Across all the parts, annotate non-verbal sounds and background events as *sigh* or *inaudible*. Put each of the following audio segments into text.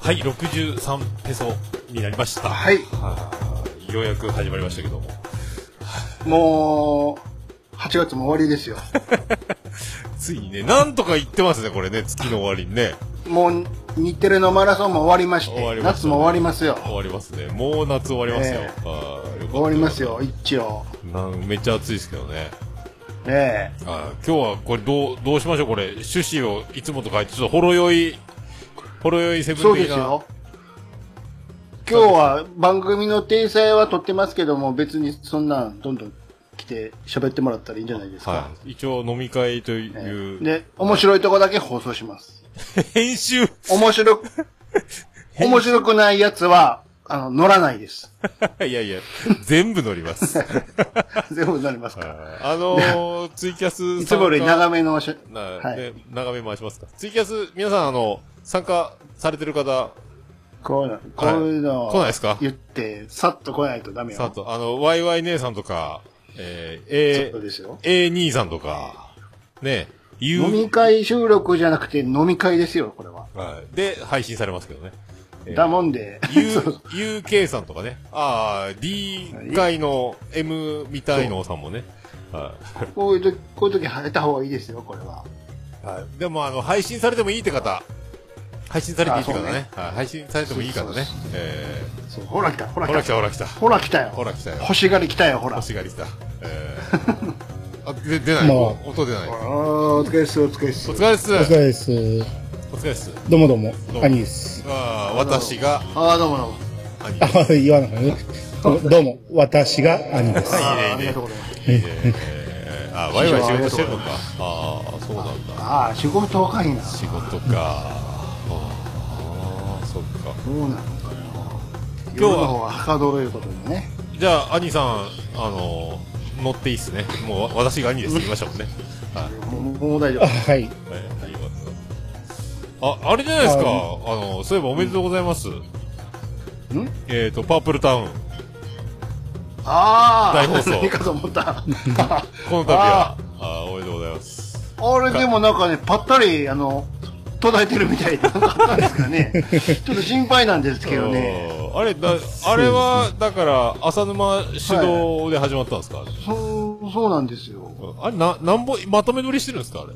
はい、63ペソになりました。はいはいようやく始まりましたけども。もう、8月も終わ *laughs* りですよ。ついにね、なんとか言ってますね、これね、月の終わりにね。もう、日テレのマラソンも終わりまして、終わりました夏も終わりますよ。終わりますね。もう夏終わりますよ。ねあーよかった終わりますよ、一応。なんめっちゃ暑いですけどね。えあー今日はこれどう、どうしましょうこれ、趣旨をいつもと変えて、ちょっとほろ酔い、ほろ酔いセえブそンうで的すな。よ。今日は番組の体裁は取ってますけども、別にそんなんどんどん来て喋ってもらったらいいんじゃないですか。はい。一応飲み会といええう、で、面白いとこだけ放送します。編集、 *laughs* 面白く、面白くないやつは、あの、乗らな *laughs* いです。いやいや、全部乗ります。全部乗りますから。あのー、ツイキャスいつもより長めのし、な、はいね長め回しますか。ツイキャス、皆さん、あの、参加されてる方、こういうの、こういうの来ないですか言って、さっと来ないとダメよ。さあと、あの、ワイワイ姉さんとか、えそーうですよ。 A、A 兄さんとか、ね、ゆ飲う、み会収録じゃなくて飲み会ですよ、これは。はいで、配信されますけど *laughs* ね。えーだもんで、ゆそうう、UK さんとかね。ああ、D 会の M みたいのさんもね。はいこういう時、こういう時晴れた方がいいですよ、これは。はい。でも、あの、配信されてもいいって方。配信されていいって方あそうねね。はい配信されてもいい方そうそねうそ。えそう、ほら来た、ほーらほら来来た。た、ほら来た。ほら来たよ。ほら来たよ欲しがり来たよ、ほら。星がりした。えーあ、で、出ない。も音出ない。あおーお疲れっす、お疲れっす。疲れっす。おお疲れです。疲れっす。どうもどうもどう。も兄です。ああ、私が、ああ、どうもどうも。兄です。あ、言わなかったね。どうも、私が兄です。いいねいいねあーありがとうございます。いいねえーあ、ワイワイ仕事してるのか。ああ、そうなんだ。ああ、仕事若いな。そ仕事か。ああ、そっか。うなのかよ。日は今日の方ははかどるいうことでね。じゃあ、兄さん、あの乗っていいっすね。もう、私が兄ですって言いましたもんね。はい。もうも *laughs* う大丈あ、夫。はい。はいあ、あれじゃないですか。あの、そういえばおめでとうございます。んえっ、と、パープルタウン。ああ、大放送何かと *laughs* 思った。この度は、あーおめでとうございます。あれでもなんかね、ぱったり、あの、途絶えてるみたいでなんかあったんですか *laughs* ね。ちょっと心配なんですけどね。あーあれ、だ、あれは、だから、浅沼主導で始まったんですか、そう、そうなんですよ。あれ、な、なんぼ、まとめ撮りしてるんですかあれ。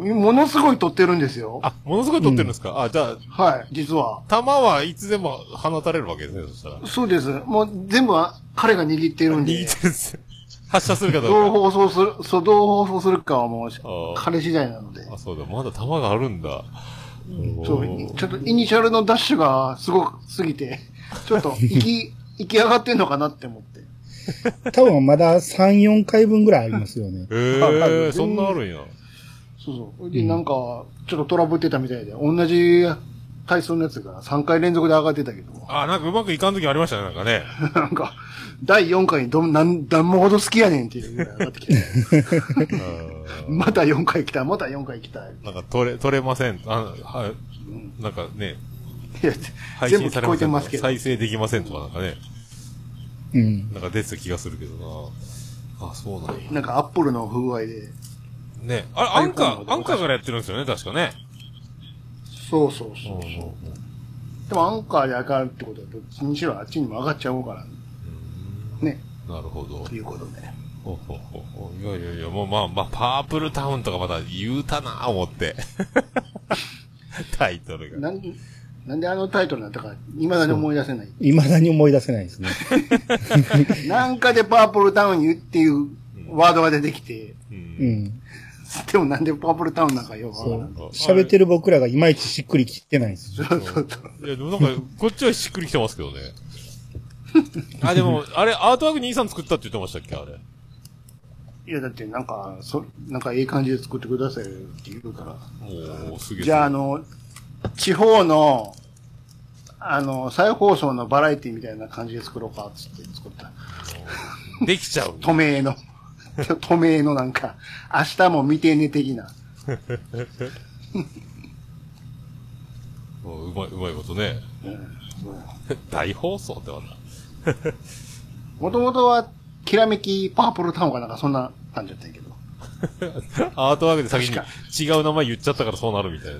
ものすごい撮ってるんですよ。あ、ものすごい撮ってるんですか、あ、じゃあ、はい、実は。弾はいつでも放たれるわけですね、そしたら。そうです。もう全部は彼が握ってるん握で。ってるんですよ。発射するかどうどう放送する、そう、どう放送するかはもうー、彼次第なので。か。あ、そうだ、まだ弾があるんだ。。そう、ちょっとイニシャルのダッシュがすごくすぎて、ちょっと、行き、行き上がってんのかなって思って。多分まだ3、4回分ぐらいありますよねええー、そんなあるんや。そうそう。で、なんか、ちょっとトラブってたみたいで、同じ体操のやつが3回連続で上がってたけども、 *laughs* あ、なんかうまくいかん時ありましたね、なんかね。なんか、第4回にどん、なん、なんもほど好きやねんっていうぐらい上 *laughs* がってきて、また4回来た、また4回来た。いなんか取れ、取れません。あはい。なんかね、や、配全部信さ聞れこまえせてんまとすかけど。再生できませんとかなんかね、うん。なんか出てた気がするけどな。あ、そうなんや。なんかアップルの不具合で、ね。あれ、アンカ iPhone ー、アンカーからやってるんですよね、確かね。そうそうそうそう。でもアンカーで上がるってことは、どっちにしろあっちにも上がっちゃおうから、ね、なるほどと。いうことで。ほうほうほうほういやいやいや、もうまあまあ、パープルタウンとかまだ言うたなぁ思って。 *laughs* タイトルが。なん、なんであのタイトルになったか、未だに思い出せない。未だに思い出せないですね。なんかでパープルタウンにっていうワードが出てきて、うん。でもなんでパープルタウンなんかよくわそうか。喋ってる僕らがいまいちしっくりきってないです。らん。そうそうそう。いや、でもなんか、こっちはしっくりきてますけどね。あ、でも、あれ、アートワーク兄さん作ったって言ってましたっけあれ。いやだってなんか、そ、なんかいい感じで作ってくださいよって言うかもう、すげえ。ら。じゃああの、地方の、あの、再放送のバラエティみたいな感じで作ろうか、つって作った。できちゃうんだ。都名の、 *laughs* 都名のなんか、明日も見てね的な。もううまい、うまいことね。大放送ってわな。もともとは、きらめきパープルタウンかなんかそんな感じだったんやけど。 *laughs* アートワークで先に確違う名前言っちゃったからそうなるみたいなや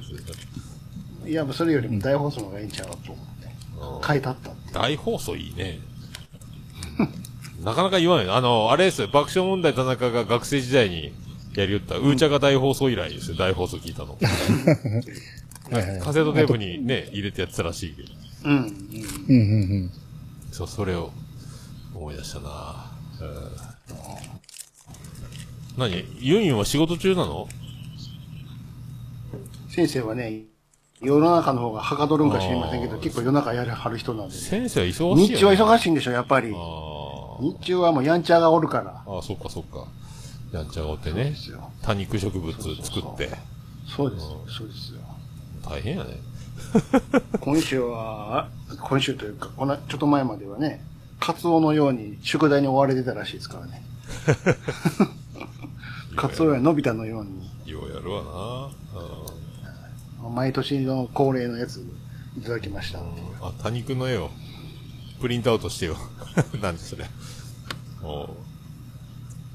つ。いいや、もうそれよりも大放送の方がいいんちゃうと思って。うん買い立ったって。大放送いいね。なかなか言わない。あの、あれですよ、爆笑問題田中が学生時代にやりよった、うーちゃが大放送以来ですよ、大放送聞いたの。はいはいカセットテープにね、入れてやってたらしいけど。うん、うん。うんうんそう、それを思い出したなうん何ユンユンは仕事中なの先生はね、世の中の方がはかどるんか知りませんけど、あー結構世の中やるはる人なんで。先生は忙しい日よ、ね。中は忙しいんでしょ、やっぱり。あ日中はもうやんちゃがおるから。ーあー、そっかそっか。やんちゃがおってねそうですよ。多肉植物作って。そうそうそうそうです、そうですよ。大変やね。今週は、今週というか、この、ちょっと前まではね、カツオのように宿題に追われてたらしいですから *laughs* ね。カツオやのび太のように、ようやるわな。う毎年の恒例のやついただきました。んあ、多肉の絵をプリントアウトしてよ。 *laughs* なんでそれ。おう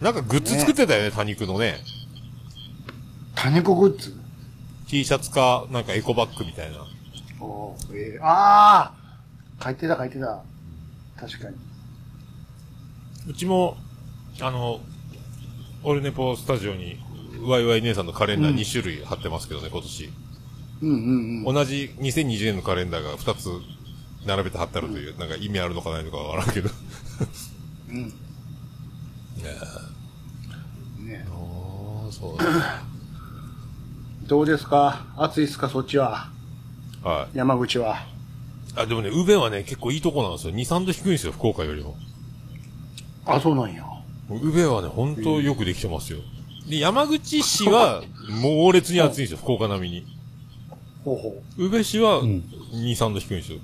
なんかグッズ作ってたよね、多肉のね。多肉グッズ T シャツか、なんかエコバッグみたいな。おーえー、ああ書いてた書いてた。確かに。うちも、あの、オルネポスタジオに、ワイワイ姉さんのカレンダー2種類貼ってますけどね、今年。うんうんうん。同じ2020年のカレンダーが2つ並べて貼ってあるという、なんか意味あるのかないのかわからんけど。ね、ああ、そうどうですか暑いっすかそっちは。は山口は。い。あ、でもね、宇部はね、結構いいとこなんですよ。2、3度低いんですよ、福岡よりも。あ、そうなんや。もう宇部はね、本当よくできてますよ。で、山口市は、猛烈に暑いんですよ、福岡並みに。ほうほう。宇部市は2ん、 3度低いんですよ。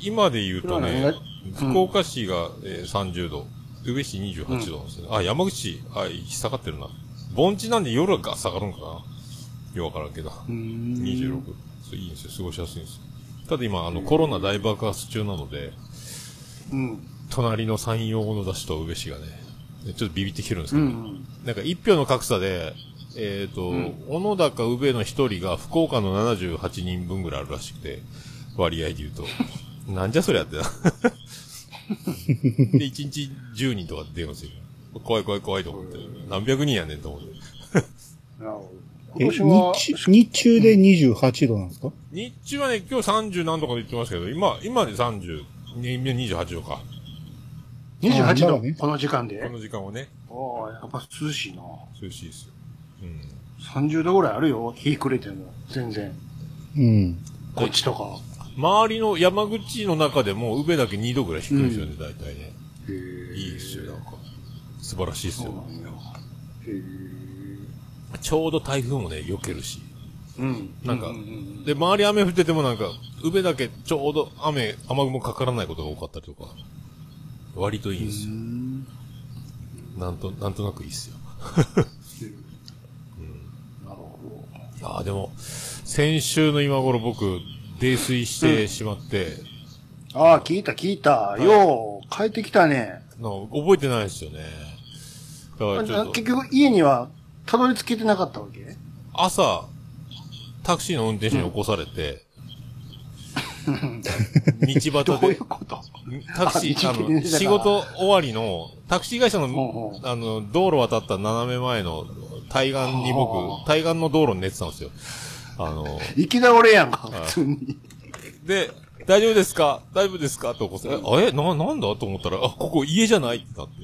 今で言うとそれはねね、福岡市が、えー30度、宇部市28度なんですね。あ、山口市、あ、下がってるな。盆地なんで夜はガ下がるんかな。よくわからんけど。うーん。 26。そういいんですよ。過ごしやすいんですよ。ただ今、あの、コロナ大爆発中なので、うん。隣の山陽小野田市と宇部市がね、ちょっとビビってきてるんですうけど、ん。なんか一票の格差で、えっ、と、小野田か宇部の一人が福岡の78人分ぐらいあるらしくて、割合で言うと。 *laughs* なんじゃそりゃってな。 *laughs* で、1日10人とか出ますよ。怖い怖い怖いと思って。何百人やねんと思って。なるほど。え今年は、日中日中で28度なんですか日中はね、今日30何度かで言ってますけど、今、今で30、ね今28度か。 28あま度、だねこの時間こで。の時間はね、おーやっぱ涼しいな。涼しいですよ。うん。 30度ぐらいあるよ。日暮れても。全然。うん。こっちとか。周りの山口の中でも、宇部だけ2度ぐらい低いんですよね、大体ね。へーいいですよ、なんか。素晴らしいですそうなよ。んや。へーちょうど台風もね、避けるし。うん。なんかううんで、周り雨降っててもなんか、宇部だけちょうど雨、雨雲かからないことが多かったりとか。割といいですよ。なんと、なんとなくいいですよ。なるほいやーでも、先週の今頃僕、泥酔してしまって、ど。ああ、聞いた聞いた。よう、帰ってきたね。なんか覚えてないですよね。だからちょっと結、局家にはたどり着けてなかったわけ朝、タクシーの運転手に起こされて、道ど端ういでう、ことタクシー、ああ道切りの、出た仕事終わりの、タクシー会社ほうほの、あの、道路渡った斜め前の対岸にほ僕、対岸の道路に寝てたんですよ。あの、行き倒れやんか、普通に。で、大丈夫ですか大丈夫ですかと起こす。え、あえな、なんだと思ったら、あ、ここ家じゃないってなって。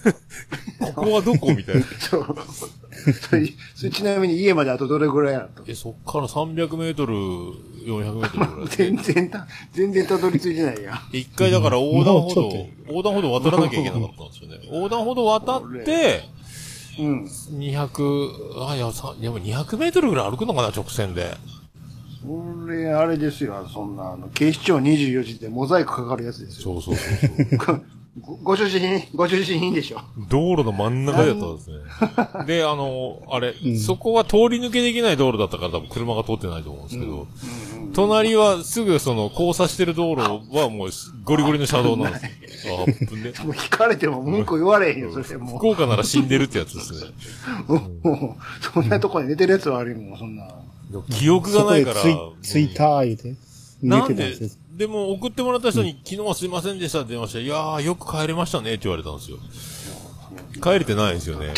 *laughs* ここはどこみたいな。そう。それそれちなみに家まであとどれぐらいやと。え、そっから300メートル、400メートルぐらいで。全然た、全然たどり着いてないやん。一回だから横断歩道もうちょっと、横断歩道渡らなきゃいけなかったんですよね。横断歩道渡って、うん。 200、あ、いや、さいやもう200メートルぐらい歩くのかな、直線で。俺、あれですよ、そんな、あの、警視庁24時でモザイクかかるやつですよ。そうそうそうそう。ごご主人、ご主人いいんでしょ。 *laughs* 道路の真ん中だったんですね。で、あの、あれ、そこは通り抜けできない道路だったから多分車が通ってないと思うんですけど、隣はすぐその交差してる道路はもうゴリゴリの車道 *laughs* なんですよ。あ、ぶね。もう引かれても文句言われへんよ、それも福岡なら死んでるってやつですね。う。もう、そんなとこで寝てるやつは悪いもん、そんな。記憶がないから。そこでツイツイッター言うて、寝なてんたんでですよ。、でも送ってもらった人に、昨日はすいませんでしたって電話して、いやー、よく帰れましたねって言われたんですよ。帰れてないんですよね。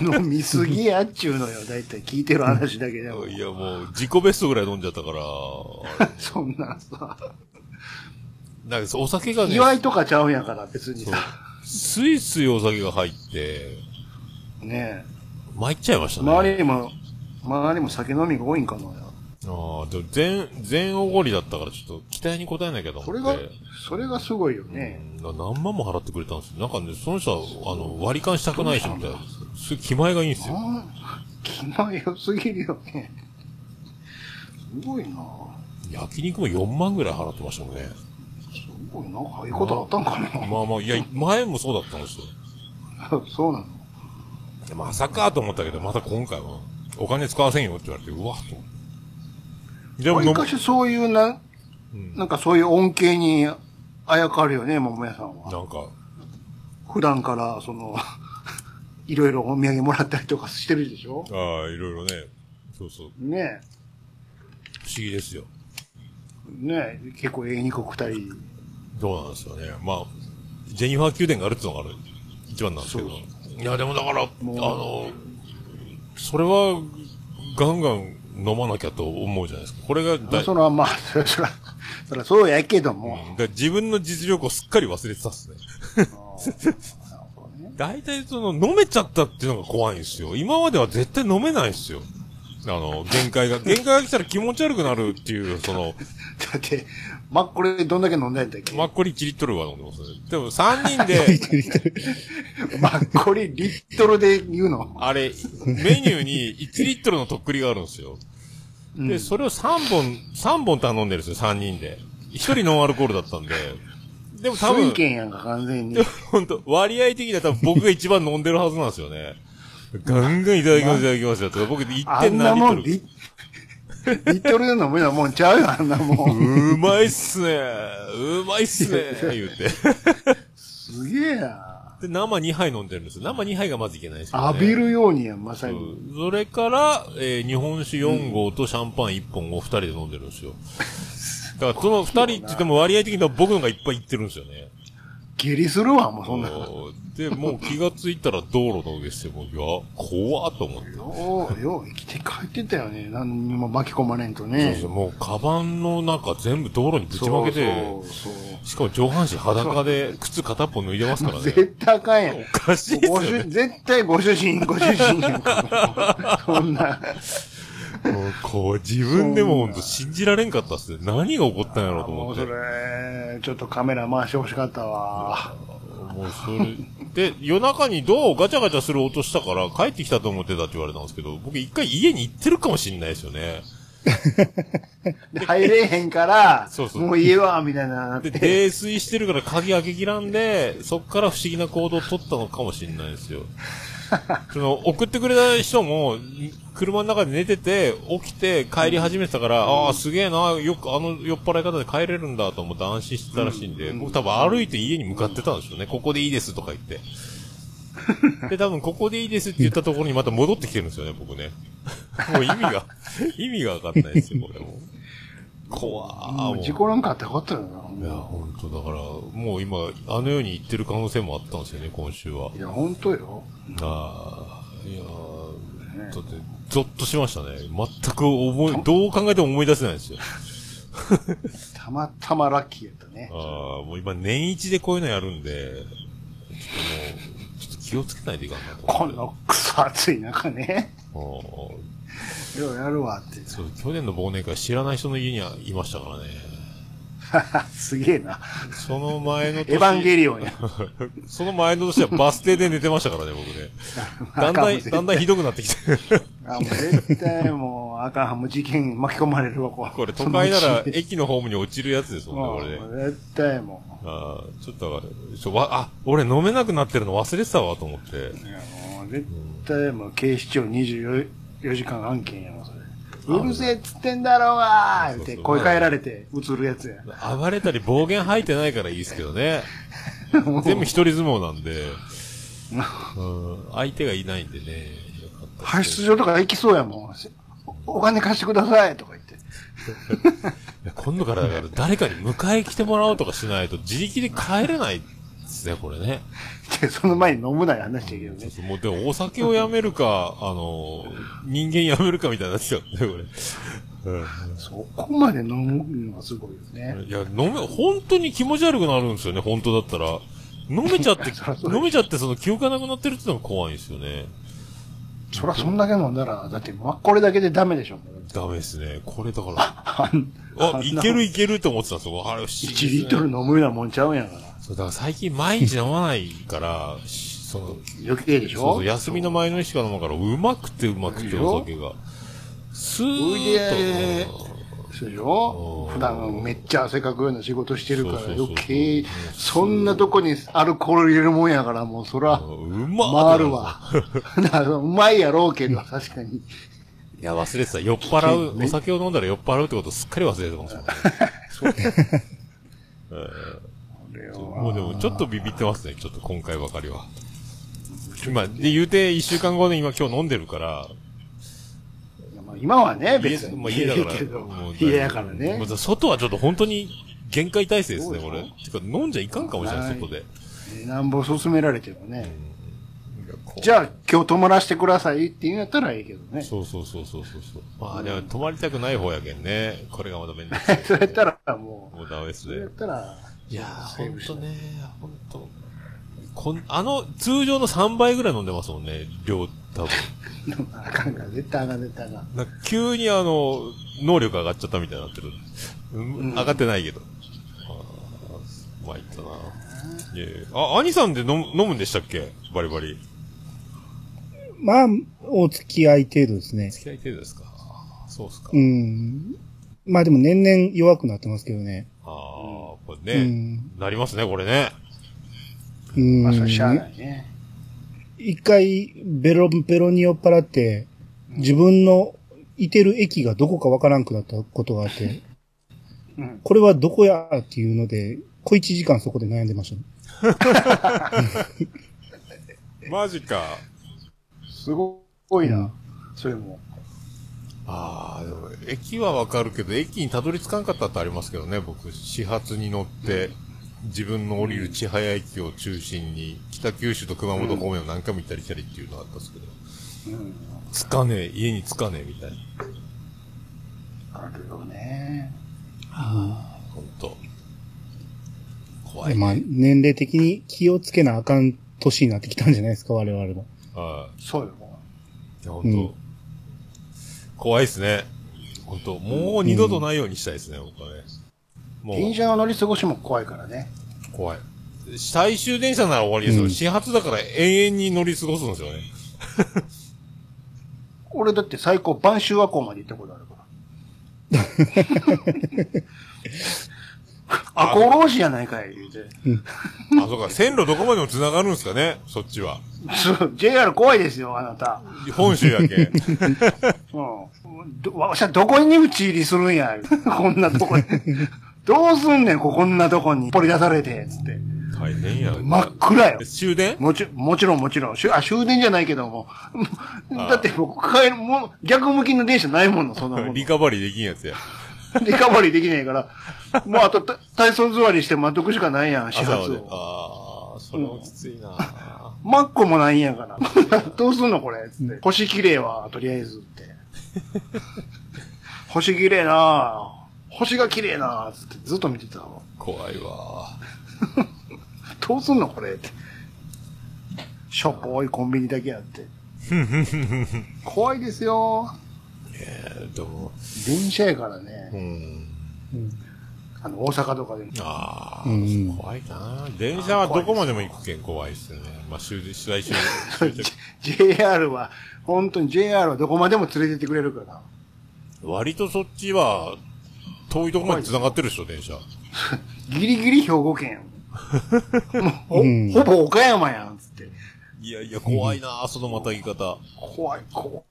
飲みすぎやっちゅうのよ。だいたい聞いてる話だけで *laughs* も。いや、もう、自己ベストぐらい飲んじゃったから、そんなさ。なんかお酒がね、祝いとかちゃうんやから、別にそうさ。スイスイお酒が入って、ね参っちゃいましえ。たね。周りにも、周りにも酒飲みが多いんかな。ああ、でも全、全おごりだったからちょっと期待に応えなきゃとそ思れっがて。、それがすごいよね。うんな何万も払ってくれたんですよ。なんかね、その人は、あの、割り勘したくない人みたいな。そういう気前がいいんですよ。あー気前良すぎるよね。すごいな焼肉も4万ぐらい払ってましたもんね。すごいなああいうことあったんかな、まあまあ、いや、前もそうだったんですよ。そうなの *laughs* でまさかと思ったけど、また今回は、お金使わせんよって言われて、うわっと思って。でも飲む、昔そういうな、うんなんかそういう恩恵にあやかるよね、桃屋さんは。なんか、普段から、その、 *laughs* いろいろお土産もらったりとかしてるでしょああ、いろいろね、そうそう、ね不思議ですよ。え。ねえ。結構永遠に国体。どうなんですよね。まあ、ジェニファー宮殿があるっていうのがある一番なんですけど。そういや、でもだから、あもうの、それは、ガンガン飲まなきゃと思うじゃないですか。これがだい、そのまあ、そらそら、そらそうやけども。うんで自分の実力をすっかり忘れてたっすね。なるほどね大体その、飲めちゃったっていうのが怖いんですよ。今までは絶対飲めないんですよ。あの、限界が、限界が来たら気持ち悪くなるっていう、その、だって、マッコリどんだけ飲んだんだっけマッコリ1リットルは飲んでますね。でも3人で、 *laughs* マッコリリットルで言うの。あれ、メニューに1リットルのとっくりがあるんですよ。うんで、それを3本、3本頼んでるんですよ、3人で。1人ノンアルコールだったんで。でも多分水、軒やんか、完全 *laughs* にで。も本当割合的には多分僕が一番飲んでるはずなんですよね。ガンガンいただきます、いただきますよ。とか僕1あん点何リッなもトんル。リ、リットルで飲むようなもんちゃうよ、あんなもん。うまいっすね。うまいっすね。言うて。すげえな。で、生2杯飲んでるんですよ。生2杯がまずいけないんですよ、ね。浴びるようにやん、まさうに。んそれから、えー日本酒4号とシャンパン1本を2人で飲んでるんですよ。だから、その2人って言っても割合的には僕の方がいっぱい行ってるんですよね。下痢するわ、もうそんな。よそうで、もう気がついたら道路の上ですよ。もう、いや、怖っと思って。う、よう、生きて帰ってたよね。何にも巻き込まれんとそうね。ですもう、カバンの中全部道路にぶちまけて、そうそうそうしかも上半身裸で靴片っぽ脱いでますから *laughs* ね。絶対あかんやん。おかしいっすよごね主。絶対ご主人、ご主人 *laughs* やんか。もうそんな。もうこう、自分でも本当信じられんかったっすね。何が起こったんやろうとも思うってそ。れ、ちょっとカメラ回してほしかったわ。もうそれ、で、夜中にドアをガチャガチャする音したから、帰ってきたと思ってたって言われたんですけど、僕一回家に行ってるかもしんないですよね。で、入れへんから、そうそうもういいわ、みたいななっで、て。泥酔してるから鍵開けきらんで、そっから不思議な行動を取ったのかもしんないです *laughs* よ。その、送ってくれた人も、ん車の中で寝てて、起きて帰り始めてたから、ああ、すげえな、よくあの酔っ払い方で帰れるんだと思って安心してたらしいんで、僕多分歩いて家に向かってたんですよね。ここでいいですとか言 *laughs* って。で、多分ここでいいですって言ったところにまた戻ってきてるんですよね、僕 *laughs* ね。もう意味が、意味がわかんないですよ、これも。怖ーもう事故なんかあってことよな。いや、本当だから、もう今、あの世に行ってる可能性もあったんですよね、今週は。いや、本当よ。ああ、いやーだって、ゾッとしましたね。全く思い、どう考えても思い出せないですよ。たまたまラッキーやったね。ああ、もう今、年一でこういうのやるんで、ちょっともう、ちょっと気をつけないといかんなとこ思って。のクソ暑い中ね。あーようやるわって。そう、去年の忘年会知らない人の家にはいましたからね。 *laughs* すげえな。その前の年。エヴァンゲリオ *laughs* ンや。 *laughs* その前の年はバス停で寝てましたからね、僕 *laughs* ね。だんだん、だんだんひどくなってきて。あ、もう絶対もう、あかん。もう事件巻き込まれるわ、ここれ都会 *laughs* ならえ駅のホームに落ちるやつですもんね、これ *laughs* ね。絶対もあーちょっとだからちょわ、あ、俺飲めなくなってるの忘れてたわと思って。う。いや、もう絶対もう、警視庁24時間案件やもん、それ。うるせえっつってんだろうがーって声変えられて、映るやつや。暴れたり暴言吐いてないからいいですけどね。全部一人相撲なんで。うん、相手がいないんでね。よかった派出所とか行きそうやもん。お金貸してくださいとか言って。いや今度からだから誰かに迎え来てもらうとかしないと自力で帰れないですね、これね。で、その前に飲むなよ話してるけそどうね。そうもうでもお酒をやめるか、あの、人間やめるかみたいになっちゃうんだよ、これ。うんそこまで飲むのがすごいよね。いや、飲め、本当に気持ち悪くなるんですよね、本当だったら。飲めちゃって *laughs* そら、そう飲めちゃってその記憶がなくなってるってのが怖いんですよね。そらそんだけ飲んだら、だって、ま、これだけでダメで *laughs* しょ。ダメですね。これだから、 *laughs* あんあ、いける1いけると思ってたんですよ。あれ不思議ですねリットル飲むようなもんちゃうんやから。そう、だから最近毎日飲まないから、しその、余計でしょそうそう、休みの前の日しか飲まんから、うまくてうまくてお酒が。スおいーッでと。そうでしょうん普段めっちゃ汗かくような仕事してるからそうそうそう余計、そんなとこにアルコール入れるもんやからもうそら、うんうまっ回 *laughs* るわ。だからうまいやろうけど、確かに。いや、忘れてた。酔っ払 *laughs* う、お酒を飲んだら酔っ払うってことすっかり忘れてますもんね。もうでも、ちょっとビビってますね。ちょっと今回ばかりは。今、で、言うて、一週間後に今今日飲んでるから、いやまあ今はね、家別に。もう家 *laughs* だからけどもう家やからねも。う外はちょっと本当に限界態勢ですね、そうこでれ。しょてか、飲んじゃいかんかもしれない、はい外で。なんぼ勧められてもね。じゃゃあ今日泊まらせてくださいって言うんやったらいいけどね。そうそうそうそうそうそう。まあ、でも泊まりたくない方やけんね。これがまためんどくさい。 *laughs* それやったらもう、もうダメですそれやねっ。たら、いやー、セほーんブしとないね、ほんと。こん、あの、通常の3倍ぐらい飲んでますもんね、量、多分。あかんから、絶対あかん、絶対あかん。なんか急にあの、能力上がっちゃったみたいになってる。うん、上がってないけど。あー参ったな。いやいやあ、兄さんで飲む飲むんでしたっけバリバリ。まあ、お付き合い程度ですね。付き合い程度ですかあーそうっすか。うん。まあでも年々弱くなってますけどね。ああ、これうね、ん。なりますね、これね。うん。まあそれしゃあないね。一回、ベロンベロに酔っ払って、自分のいてる駅がどこかわからんくなったことがあって、うん。これはどこやっていうので、小一時間そこで悩んでましたね。マジか。すごいな。それも。ああ、でも、駅はわかるけど、駅にたどり着かんかったってありますけどね、僕、始発に乗って、自分の降りる千早駅を中心に、北九州と熊本方面を何回も行ったり来たりっていうのがあったんですけど、うん。つかねえ、家に着かねえみたいな。あるよね。ほんと。怖い。まあ、年齢的に気をつけなあかん年になってきたんじゃないですか、我々も。はそうよ。い。いや、ほんと。うん怖いですね。ほんと。もう二度とないようにしたいですね、僕はね。もう電、車の乗り過ごしも怖いからね。怖い。最終電車なら終わりですよ。うん始発だから永遠に乗り過ごすんです *laughs* よね。俺だって最高、晩秋和光まで行ったことあるから。赤穂浪士やないかい、言うて。あ、そうか。線路どこまでも繋がるんですかねそっちは。そう、JR 怖いですよ、あなた。本州やけん。うん。*laughs* どわしゃ、どこに打ち入りするんや、言うてこんなとこに。どうすんねん、ここんなとこに。掘り出されて、つって。大変や。真っ暗よ。終電もちもちろん、もちろん。終あ終電じゃないけども。だってもう、帰る、もう、逆向きの電車ないもの、そんなもの。 *laughs* リカバリーできんやつや。リカバリーできないから、もうあとた体操座りして待っとくしかないやん、始朝ま発で。を。ああ、それもきついな。マッコもないんやから。 *laughs* どうすんのこれつって。星綺麗は、とりあえず *laughs* って。星綺麗なぁ。星が綺麗なぁ。つってずっと見てたわ。怖いわ。どうすんのこれって。しょっぽいコンビニだけやって。怖いですよ。えー、でも、電車やからうね。ん。あの、大阪とかで。ああ、うん怖いな。電車はどこまでも行くけん怖いっすね。まあ、終電、来 *laughs* 週、終電 JR は、本当に JR はどこまでも連れてってくれるから。割とそっちは、遠いとこまで繋がってるでしょ、電車。ギリギリ兵庫県やもん。もううんほほぼ岡山やん、つって。いやいや、怖い *laughs* な、そのまたぎ方。怖い、怖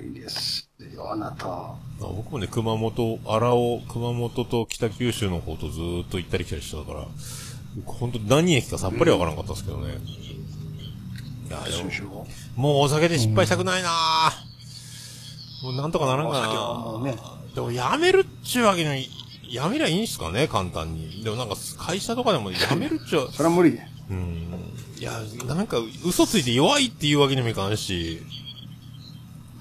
いですよ、あなた。あ僕もね、熊本、荒尾、熊本と北九州の方とずーっと行ったり来たりしてたから、本当何駅かさっぱりわからんかったですけどね。いや、でそうもでしょもうお酒で失敗したくないなぁ。もうなんとかならんかお酒はもうな。ねでもやめるっちゅうわけにはい、やめりゃいいんすかね、簡単に。でもなんか会社とかでもやめるっちゅう、それは無理で。うん。いや、なんか嘘ついて弱いっていうわけにもいかんし、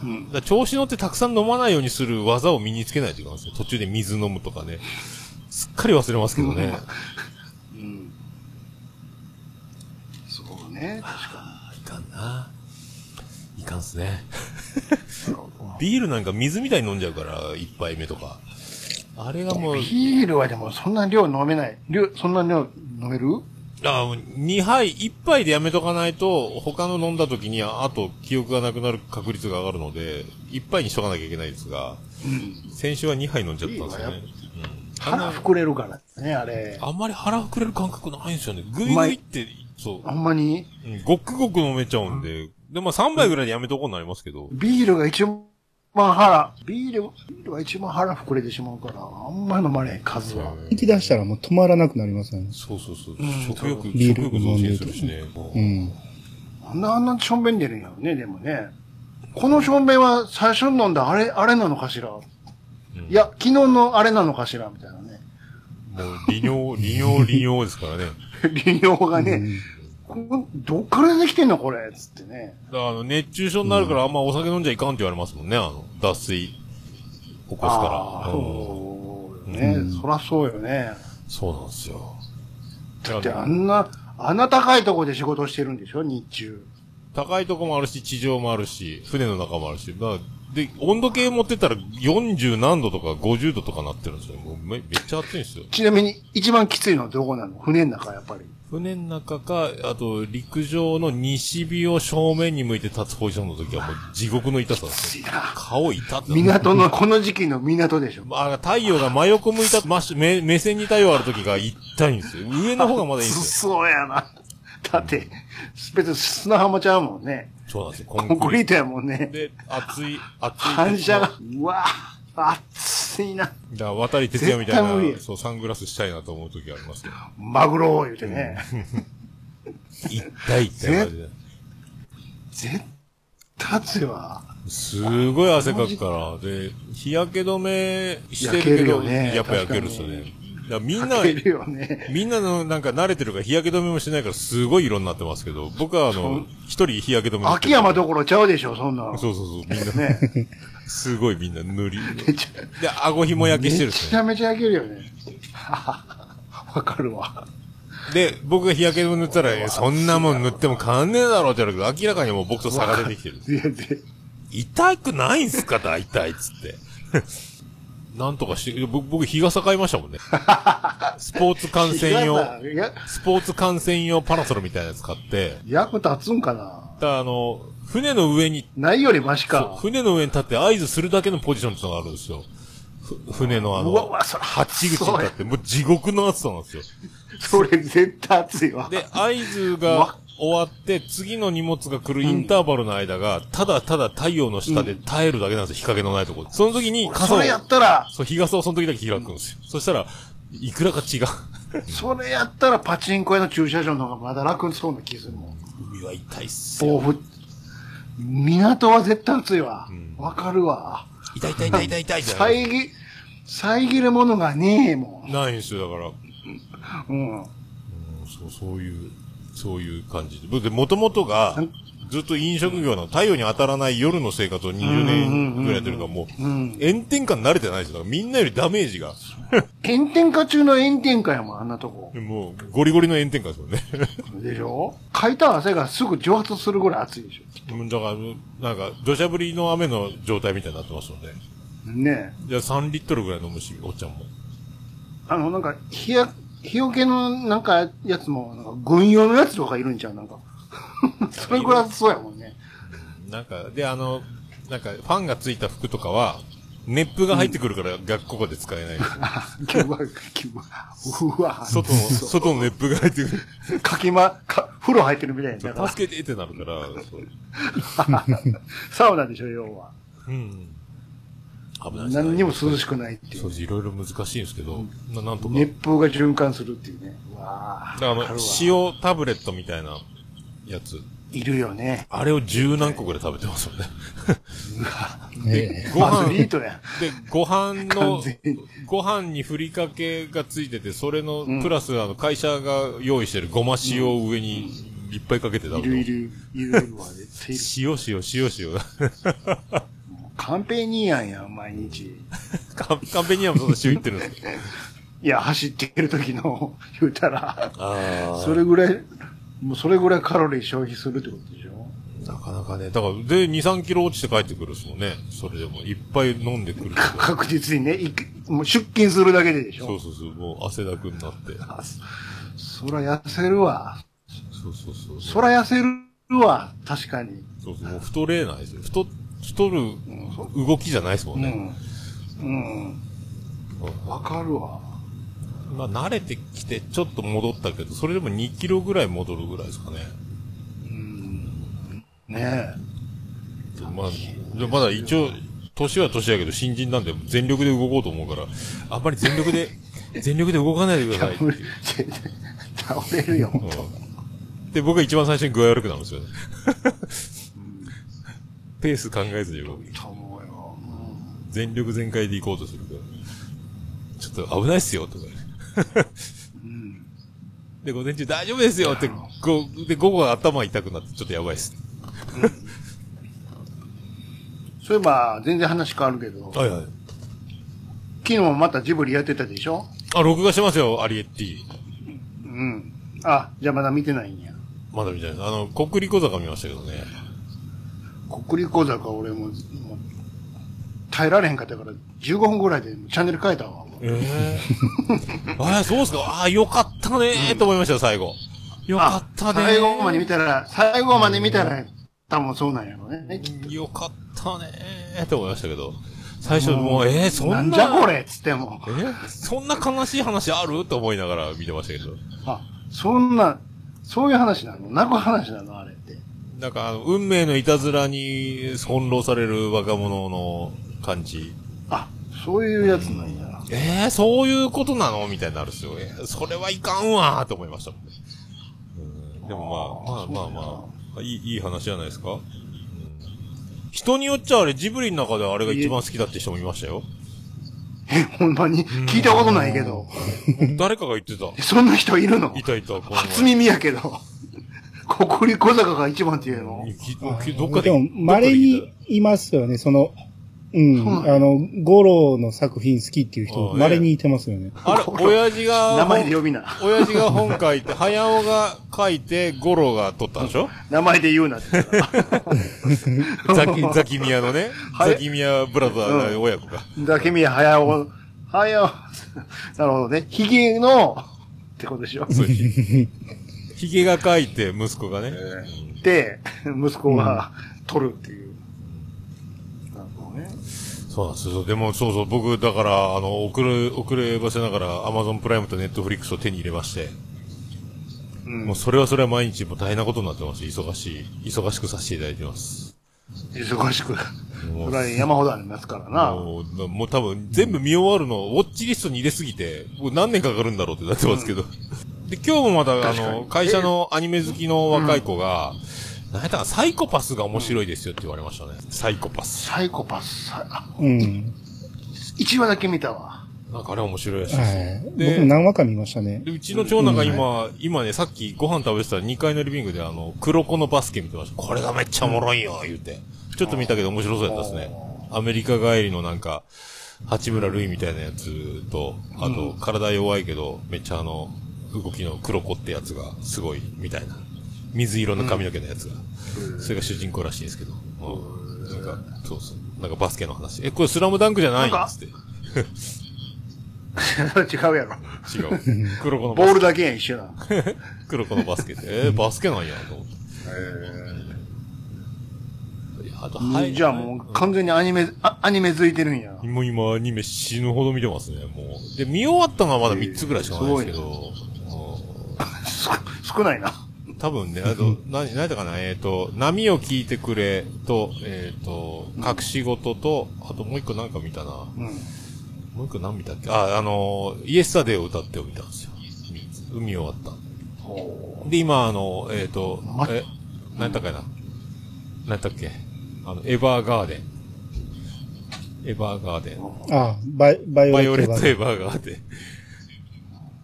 うん。だから調子乗ってたくさん飲まないようにする技を身につけないといけないんですよ。途中で水飲むとかね。すっかり忘れますけどね。うん。そうね、確かあいかんな。いかんっすね。ビールなんか水みたいに飲んじゃうから、一杯目とか。あれがもう、に。ビールはでもそんな量飲めない。量、そんな量飲めるあもう2杯、1杯でやめとかないと、他の飲んだ時に、ああと記憶がなくなる確率が上がるので、1杯にしとかなきゃいけないですが、先週は2杯飲んじゃったんですよね。うんあん腹な膨れるからね、あれ。あんまり腹膨れる感覚ないんですよね。ぐいぐいって、そうあ。んまにうんごくごく飲めちゃうんで、で、まあ3杯ぐらいでやめとこうになりますけど、ビールが一番腹、ビールビールは一番腹膨れてしまうから、あんまり飲まれへん、数は。引き出したらもう止まらなくなりますよね。そうそうそう、ん食欲、食ビール欲増進するしね。もううん。なんであんなしょんべん出るんやろね、でもね。このしょんべんは最初に飲んだあれ、あれなのかしら、いや、昨日のあれなのかしらみたいなね。 *laughs* もう、利尿、利尿、利尿ですからね。利用がね、こどっから出てきてんのこれつってね。だからあの、熱中症になるからあんまお酒飲んじゃいかんって言われますもんね、あの、脱水、起こすあから。あ、うんそうよね。そらそうよね。そうなんですよ。だってああのんな、あんな高いところで仕事してるんでしょ日中。高いとこもあるし、地上もあるし、船の中もあるし、だからで、温度計持ってったら40何度とか50度とかなってるんですよ。もうめめっちゃ暑いんですよ。ちなみに、一番きついのはどこなの船の中、やっぱり。船の中か、あと陸上の西日を正面に向いて立つポジションの時はもう地獄の痛さですよ。顔痛ってなる。港の、この時期の港でしょ。あ太陽が真横向いた、まし、目、目線に太陽ある時が痛いんですよ。上の方がまだいいんですよ。そうやな。だって、別に砂浜ちゃうもんね。そうなんですよ。ココンクリート。トやもんね。で、熱い、熱い。反射が。。うわぁ、熱いな。だから渡り哲也みたい絶対無な、理そう、サングラスしたいなと思う時ありますけど。マグロを言うてね。痛いって感じで。絶対熱いわ。すごい汗かくから。で、日焼け止めしてる焼けけるど、よねやっぱ焼けるっすよね。だからみんな、いるよね。みんなのなんか慣れてるから日焼け止めもしないからすごい色になってますけど、僕はあの、一人日焼け止め塗って秋る山どころちゃうでしょ、そんなの。そうそうそう、みんな、 *laughs* ね。すごいみんな塗り。めちゃで、顎ひも焼けしてるめっすちね。ゃめちゃ焼けるよね。わかるわ。で、僕が日焼け止め塗ったら、いやそんなもん塗っても変わんねえだろうって言われるけど、明らかにもう僕と差が出てきてる。いやぜ痛くないんすか大体っつって。 *laughs* なんとかして、僕、僕日傘買いましたもんね。スポーツ観戦用、いや、スポーツ観戦用パラソルみたいなやつ買って、役立つんかなだからあの、船の上にないよりマシそうか。船の上に立って合図するだけのポジションってのがあるんですよ。ふ船のあうわうのわそ、れ八口に立って、もう地獄の暑さなんです *laughs* よ。それ絶対熱いわ。で、合図うがわ終わって、次の荷物が来るインターバルの間が、ただただ太陽の下で耐えるだけなんですよ、日陰のないところその時に傘そをれ、やったら、そう、日傘をその時だけ開くんですよ。そしたら、いくらか違う。それやったらパチンコ屋の駐車場の方がまだ楽そうな気するもん。 *laughs* 海は痛いっすよ。暴風。港は絶対熱いわ。わ、かるわ。痛い痛い痛い痛い痛いじゃない。遮、遮るものがねえもないんですよ、だから。ん。うん。そう、そういう、そういう感じで。で、もともとがん、ずっと飲食業の太陽に当たらない夜の生活を20年ぐらいやってるから、もう、炎天下に慣れてないですよ。だからみんなよりダメージが。炎天下中の炎天下やもん、あんなとこ。もう、ゴリゴリの炎天下ですもんね。でしょかいた汗がすぐ蒸発するぐらい熱いでしも *laughs* うだから、なんか、土砂降りの雨の状態みたいになってますので。ょ。ねえ。じゃあ3リットルぐらい飲むし、おっちゃんも。あの、なんか、日や、日よけのなんかやつも、なんか軍用のやつとかいるんちゃうなんか。 *laughs* それぐらいそうやもんね。 *laughs* なんか、で、あの、なんか、ファンがついた服とかは、熱風が入ってくるから逆効果で使え *laughs* ない。うわ、うわ、外の、外の熱風が入ってくる。かきま、か、風呂入ってるみたいな。*laughs* だから助けてってなるから、そうサウナでしょ、要は。うん。危ないですね何にも涼しくないっていそうう。です。いろいろ難しいんですけど、ななんとか。熱風が循環するっていうね。うわああの、塩タブレットみたいなやつ。いるよね。あれを十何個ぐらい食べてますよね。ええごアス飯、リーで、トや。ご飯の完全に、ご飯にふりかけがついてて、それの、プラス、あの、会社が用意してるごま塩を上にいっぱいかけて食べているまいす。る、いるいるわ、絶対いる。塩塩塩塩。 *laughs* カンペニーやんやん、毎日。カンカンペニアもそんな *laughs* 塩いってるんですかいや、走ってる時の、 *laughs* 言うたら、あそれぐらい、もうそれぐらいカロリー消費するってことでしょなかなかね。だから、で、2、3キロ落ちて帰ってくるっすもんね。それでも、いっぱい飲んでくるけど。確実にね、いくもう出勤するだけででしょそうそうそう、もう汗だくになって。あそそら痩せるわ。そうそうそう。そら痩せるわ、確かに。そうそう、もう太れないですよ。太、太る動きじゃないですもんうね。ん。うん。わかるわ。まあ、慣れてきてちょっと戻ったけど、それでも2キロぐらい戻るぐらいですかね。ねまあ、でまだ一応、年は年やけど、新人なんで、全力で動こうと思うから、あんまり全力で、全力で動かないでくださいえ。ってい無う理倒れるよ、本当うんで、僕が一番最初に具合悪くなるんですよね。ペース考えずに動く。と思うよ。全力全開で行こうとするから。ちょっと危ないっすよ、とかね。で、午前中大丈夫ですよって、ごで、午後は頭痛くなって、ちょっとやばいっす。そういえば、全然話変わるけど、昨はいはい。日もまたジブリやってたでしょあ、録画してますよ、アリエッティ。うん。あ、じゃあまだ見てないんや。まだ見たいです。あの、国立小坂見ましたけどね。国立小坂俺も、もう耐えられへんかったから、15分ぐらいでチャンネル変えたわ。ええ *laughs* あ、そうっすか。あよかったねーと思いましたよ、最後。よかったねー。最後まで見たら、最後まで見たら、多分そうなんやろうね。よかったねーって思いましたけど、最初もう、えー、そんな、なんじゃこれっつってもえ。ーそんな悲しい話あると思いながら見てましたけど、あ、そんな、そういう話なの泣く話なのあれって。なんかあの、運命のいたずらに翻弄される若者の感じ。あ、そういうやつなんや。えー、そういうことなのみたいになるっすよ。えーそれはいかんわーって思いましたもんね。うんでもまあ、まあまあまあ、いい、いい話じゃないですか。うん人によっちゃあれ、ジブリの中ではあれが一番好きだって人もいましたよ。え、ほんまに聞いたことないけど。誰かが言ってた。そんな人いるのいたいた、この前初耳やけど。国立小坂が一番っていうのいやききどっかで。でも、稀どっにいますよね、その、うん、あの、ゴロの作品好きっていう人あ、ー稀にいてますよね。かで聞いたあれ、親父が、名前で呼びな。親父が本書い *laughs* て、早尾が書いて、五郎が取ったんでしょ名前で言うなって。ザキ、ザキミヤのね、 *laughs* はいザキミヤブラザーが親子が。だけみやはやお、はやお、なるほどね。ヒゲの、ってことでしょ。そうです。ヒゲが書いて、息子がね。で、息子が取るっていう。なるほどね。そうなんですよ。でも、そうそう、僕、だから、あの、遅れ、遅ればせながら、アマゾンプライムとネットフリックスを手に入れまして、もうそれはそれは毎日もう大変なことになってます。忙しい、忙しくさせていただいてます。忙しく。もそうれは山ほどありますからな。もうもう多分全部見終わるの、ウォッチリストに入れすぎて、もう何年かかるんだろうってなってますけど。で、今日もまた、あ確かにの、会社のアニメ好きの若い子が、何やったかなサイコパスが面白いですよって言われましたね。サイコパス。サイコパス、さあうん。一話だけ見たわ。 *laughs* なんかあれ面白いらしいですはい。で僕も何話か見ましたねで。。うちの長男が今、今ね、さっきご飯食べてたら2階のリビングであの、黒子のバスケ見てました。これがめっちゃおもろいよ、言うて。ちょっと見たけど面白そうやったですね。アメリカ帰りのなんか、八村塁みたいなやつと、あと、体弱いけど、めっちゃあの、動きの黒子ってやつがすごい、みたいな。水色の髪の毛のやつが。それが主人公らしいですけど。うんなんか、そうそう。なんかバスケの話。え、これスラムダンクじゃないんなんかつって。違うやろ。違う。黒子のボバスケールだけやん一緒なの。黒子のバスケって。えー、バスケなんやと思って。えー、あと、はい。じゃあもう完全にアニメ、あアニメ付いてるんや。もう今、アニメ死ぬほど見てますね、もう。で、見終わったのはまだ3つぐらいしかないですけど、す少ないな。うん多分ね、あ *laughs* と、何、何だかな、えっ、と、波を聞いてくれと、えっ、と、隠し事と、あともう一個なんか見たな。うん。もう一個何見たっけあ、あの、イエスタデーを歌ってを見たんですよ。海終わった。で、今、あの、えっ、と、まえ、何やったかいな。何やったっけあの、エヴァーガーデン。エヴァーガーデン。ああ、バイ、バイバイオレット・エエヴヴァーガーデン。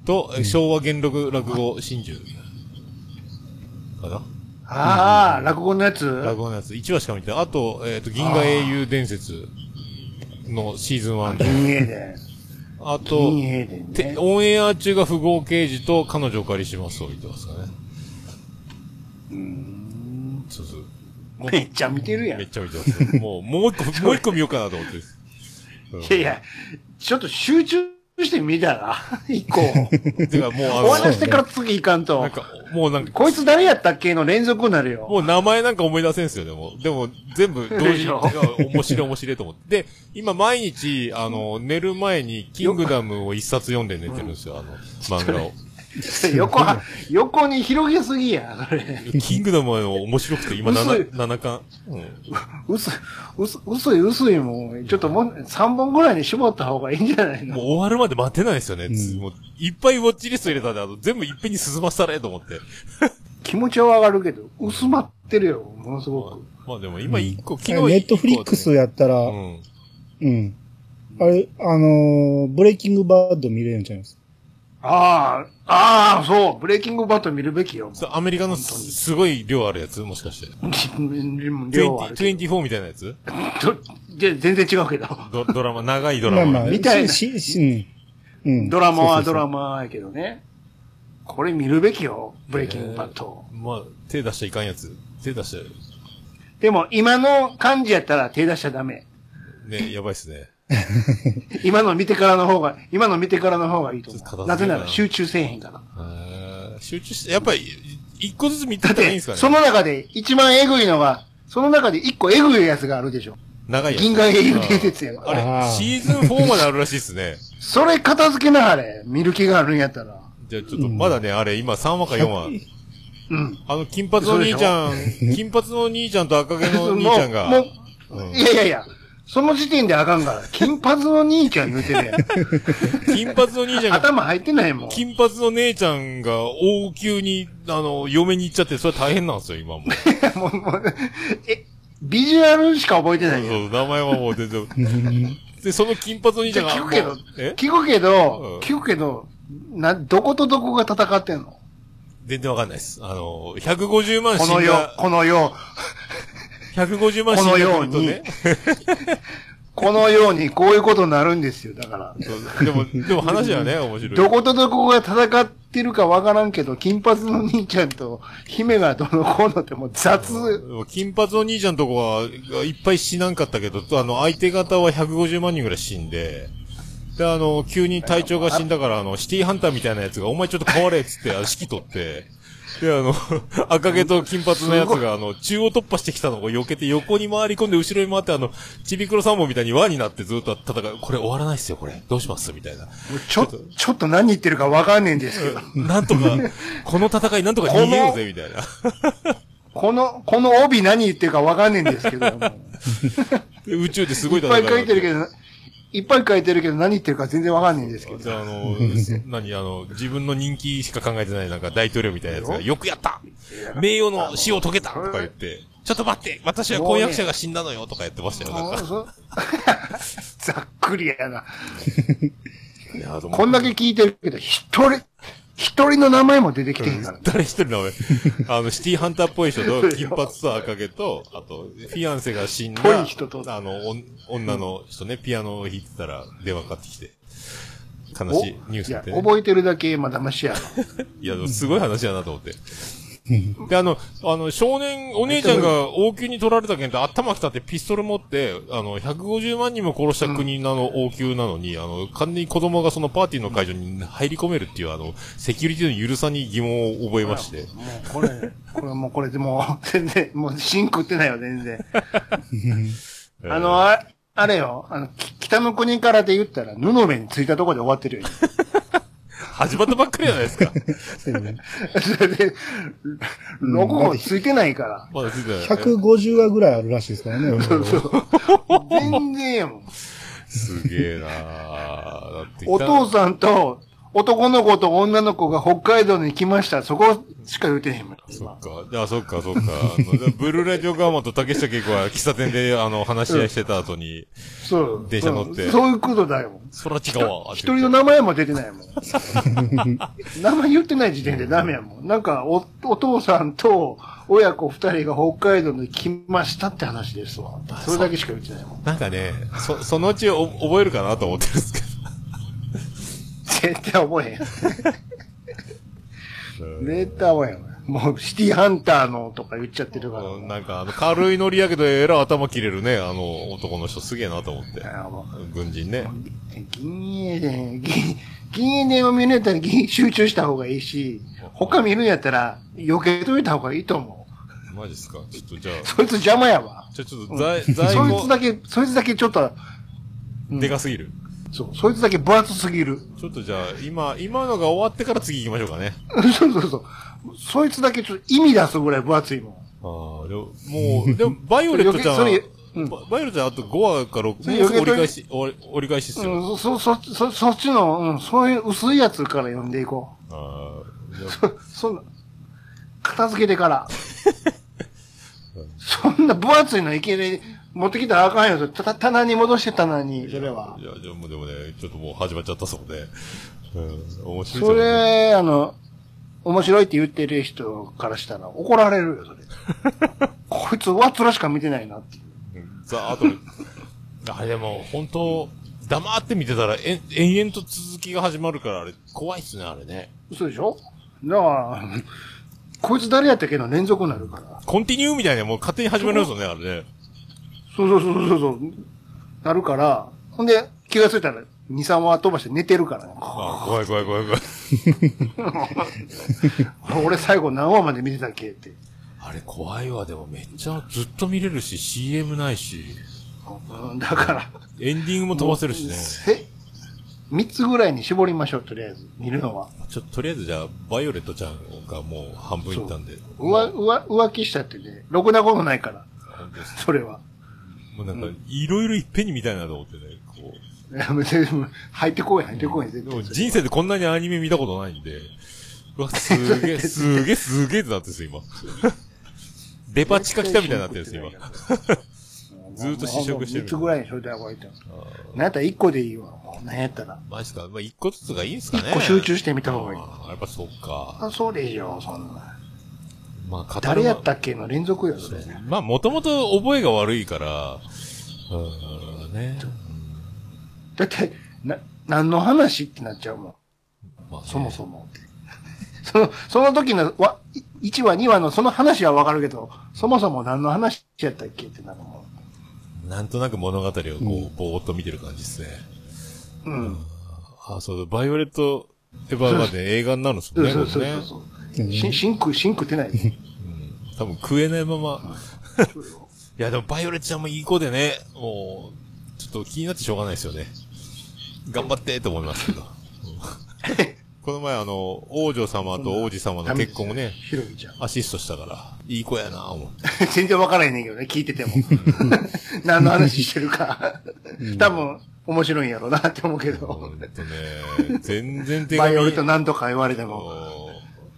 と、昭和元禄落語真珠。かなああ、落語のやつ落語のやつ。1話しか見てない。あと、えっ、と、銀河英雄伝説のシーズン1で。銀英伝。あと、銀英伝てね。オンエア中が不合刑事と彼女をお借りしますを言ってますからね。うん。そうそう。もうめっちゃ見てるやん。めいっちゃ見てます。もう、もう一個、もう一個見ようかなと思って。やいや、ちょっと集中して見たら、 *laughs* 一個。てか *laughs* もう、あ終わらの、してから次行かんなんと。か、もうなんか、こいつ誰やったっけの連続になるよ。もう名前なんか思い出せんすよ、でも。でも、全部同で時しに、ょ面白い面白いと思って。で、今毎日、あの、寝る前に、キングダムを一冊読んで寝てるんですよ、あの、漫画を。 *laughs* 横は、横に広げすぎや、それ。キングダムは面白くて、今嘘よ7、七巻。うん。薄い、薄い、薄い、薄いもん。ちょっともう、3本ぐらいに絞った方がいいんじゃないもうの終わるまで待てないですよね。もういっぱいウォッチリスト入れたんで、あの全部いっぺんに進ませたれと思って。気持ちはわかるけど、薄まってるよ、ものすごく。まあでも今一個、昨日一個ネットフリックスやったら、う。うんん。あれ、あのーブレイキングバード見れるんちゃいますああ、ああ、そう、ブレイキングバット見るべきよ。そうアメリカのすすごい量あるやつもしかして。 *laughs* 量はあるけど20 24みたいなやつどじゃ全然違うけど。ドドラマ、長いドまラあマ。まあ、見たいなし、し、しうん。うんドラマはドラマ。マやけどね。これ見るべきよ、ブレイキングバット。まあ、手出しちゃいかんやつ。手出しちゃう。でも、今の感じやったら手出しちゃダメ。ね、やばいっすね。今の見てからの方が、今の見てからの方がいいとちょっと思片う。なぜ付けかななら集中せえへんから。へー集中して、やっぱり、一個ずつ見てだたっらいいんて、ですかね。その中で一番エグいのが、その中で一個エグいやつがあるでしょ。長いやつ。銀河英雄伝説やから。あれあ、ーシーズン4まであるらしいっすね。それ片付けなはれ。見る気があるんやったら。じゃあちょっと、まだね、あれ、今3話か4話。 *laughs* うん。あの、金髪の兄ちゃん、金髪の兄ちゃんと赤毛の兄ちゃんが、 *laughs* もう、もういやいやいや。その時点であかんから。金髪の兄ちゃん言うてね。金髪の兄ちゃんが、頭入ってないもん。金髪の姉ちゃんが王宮に、あの、嫁に行っちゃって、それ大変なんですよ、今もう。もうもうえ、ビジュアルしか覚えてないよ。そう、名前はもう全然。で、その金髪の兄ちゃんが、聞くけどもうえ、聞くけうんど、聞くけど、な、どことどこが戦ってんの全然わかんないです。あの、150万こ死のん世、だ、この世、 150万死んこのだようとにね。このようにこういうことになるんですよ。だから。そうでも、 *laughs* でも話はね、面白どい。ことどこが戦ってるかわからんけど、金髪の兄ちゃんと姫がどのこうのってもう雑。金髪の兄ちゃんのとこは、いっぱい死なんかったけど、あの、相手方は150万人ぐらい死んで、で、あの、急に隊長が死んだから、あの、シティハンターみたいなやつが、お前ちょっと変われっつって、あの指揮取って、で、あの、 *laughs* 赤毛と金髪のやつが、あの、中央突破してきたのを避けて、横に回り込んで、後ろに回って、あの、ちびくろ三本みたいに輪になってずっと戦う。これ終わらないっすよ、これ。どうしますみたいな。ちょ、ちょっと何言ってるかわかんねえんですけど。 *laughs* なんとか、この戦いなんとか逃げようぜ、み *laughs* たいな。この、この帯何言ってるかわかんねえんで *laughs* すけど。もうで宇宙ですごいいっ戦ぱいいが。書いてるけど、いっぱい書いてるけど何言ってるか全然わかんないんですけど。じゃあ、あの、何、あの、自分の人気しか考えてない、なんか大統領みたいなやつが、よくやった名誉の死を遂げたとか言って、ちょっと待って私は婚約者が死んだのよとかやってましたよ、なんか。そう *laughs* ざっくりやな。いやでもこんだけ聞いてるけど、一人、一人の名前も出てきてへんから。誰一人の名前。あの、シ *laughs* ティハンターっぽい人と、金髪と赤毛と、あと、フィアンセが死んだ、ぽい人とあの、おん女の人ね、ピアノを弾いてたら電話かかってきて、悲しいニュースいやで、ね。覚えてるだけまだましやろ。いや、でもすごい話やなと思って。で、あの、あの、少年、お姉ちゃんが王宮に取られたけど、頭きたってピストル持って、あの、150万人も殺した国なの、王宮なのに、あの、完全に子供がそのパーティーの会場に入り込めるっていう、あの、セキュリティの許さに疑問を覚えまして。もうこれ、これもうこれでもう、全然、もう芯食ってないよ、全 *laughs* 然。えーあの、ああれよ、あの、き北の国からで言ったら、布目についたとこで終わってるよ。始まったばっかりじゃないですか。それで、 *laughs* ロゴもついてないから。まだついてない。 150話ぐらいあるらしいですか *laughs* らね。全然やもん。 *laughs* すげえなーだってお父さんと、男の子と女の子が北海道に来ました。そこしか言うてへんもん。そっか。あ、そっか、そっか。あのじゃあブルーレイジョガーマンと竹下恵子は喫茶店で、あの、話し合いしてた後に、そう。電車乗ってうんそういうことだよ。そら違うわ。一人の名前も出てないもん。 *laughs* 名前言ってない時点でダメやもん。なんかお、お父さんと親子二人が北海道に来ましたって話ですわ。それだけしか言ってないもん。なんかね、そ、そのうちお覚えるかなと思ってるんですけ絶対覚えど。へん。絶対覚えへんわ。もう、シティハンターのとか言っちゃってるから。うんなんか、あの、軽いノリやけど、えらい頭切れるね、あの、男の人すげえなと思って。あも軍人ね。う銀英伝、銀、銀英伝を見るんやったら銀集中した方がいいし、他見るんやったら避けといた方がいいと思う。マジっすかちょっとじゃあ、そいつ邪魔やわ。じゃあちょっと在、そ在いつ庫、だけ、そいつだけちょっと、でかすぎる。そう、そいつだけ分厚すぎる。 *laughs* ちょっとじゃあ、今、今のが終わってから次行きましょうかね。そうそうそう。そいつだけちょっと意味出すぐらい分厚いもん。ああ、でも、もう、で *laughs* も、バイオレットちゃん、そバれうんバイオレットちゃんあと5話か6そ話、れもうすぐ折り余計と返りし、折り折り返しっすよ。うん、そ、そ、そ、そっちの、うん、そういう薄いやつから読んでいこああ、じゃあう。 *laughs* そんな、片付けてから。 *laughs* そんな分厚いのいきなり持ってきたらあかんよ。た、た棚に戻して棚に、それは。いや、でもでもね、ちょっともう始まっちゃったそうで。うん、面白いそじゃんれ、あの、面白いって言ってる人からしたら怒られるよ、それ。こいつ、上っ面しか見てないなっていう。ざあと、 *laughs* あれでも、本当黙って見てたら、えん、延々と続きが始まるから、あれ、怖いっすね、あれね。嘘でしょだから、こいつ誰やったっけの連続になるから。コンティニューみたいな、もう勝手に始まりますよね、あれね。そうそうそうそうそう。なるから、ほんで、気がついたら、2、3話飛ばして寝てるからね。ああ怖い怖い怖い怖い。俺最後何話まで見てたっけって。あれ怖いわ、でもめっちゃずっと見れるし、CM ないし、うんだから、エンディングも飛ばせるしね。せ、3つぐらいに絞りましょう、とりあえず。見るのは。ちょっととりあえずじゃあ、バイオレットちゃんがもう半分いったんで。うわ、うわ、浮気したってね、ろくなことないから。本当ですそれは。 *laughs* もうなんか、いろいろいっぺんに見たいなと思ってね、こう。いや別に入ってこい、入ってこい、絶でも対。人生でこんなにアニメ見たことないんで、うわ、す *laughs* げえ、すげえ、すげえってなってるんですよ、今。デパ地下来たみたいになってるん *laughs* ですよ、今。ずーっと試食してる3つぐらいにしといた方がいいと思う。なんやったら1個でいいわ。なんやったら。マジっすかまあ、一個ずつがいいんすかね1個集中してみた方がいい。あーやっぱそうか。あ、そうでしょ、そんな。まあ、語る誰やったっけの連続よ、それ。まあ、もともと覚えが悪いから、うん、ね。だって、な、何の話ってなっちゃうもん。まあ、そもそもって。その、その時の、わ、1話、2話のその話はわかるけど、そもそも何の話やったっけってなるもも。なんとなく物語をこう、ぼーっと見てる感じですね。ん。うん。あー、そうだ、バイオレット、エヴァーガーデン映画になるんですそもんうね、そうそこれねうそう。し、シンク、シンクってない。多分食 *laughs* えないまま。いや、でもバイオレットちゃんもいい子でね、もう、ちょっと気になってしょうがないですよね。頑張ってと思いますけ *laughs* ど。この前あの、王女様と王子様の結婚をね、ひろみちゃん。アシストしたから、いい子やな思って。全然わからへんねんけどね、聞いてても。 *laughs* 何の話してるか。多分、面白いんやろうなって思うけほどん。とね、全然手バ紙イオレットなんとか言われても。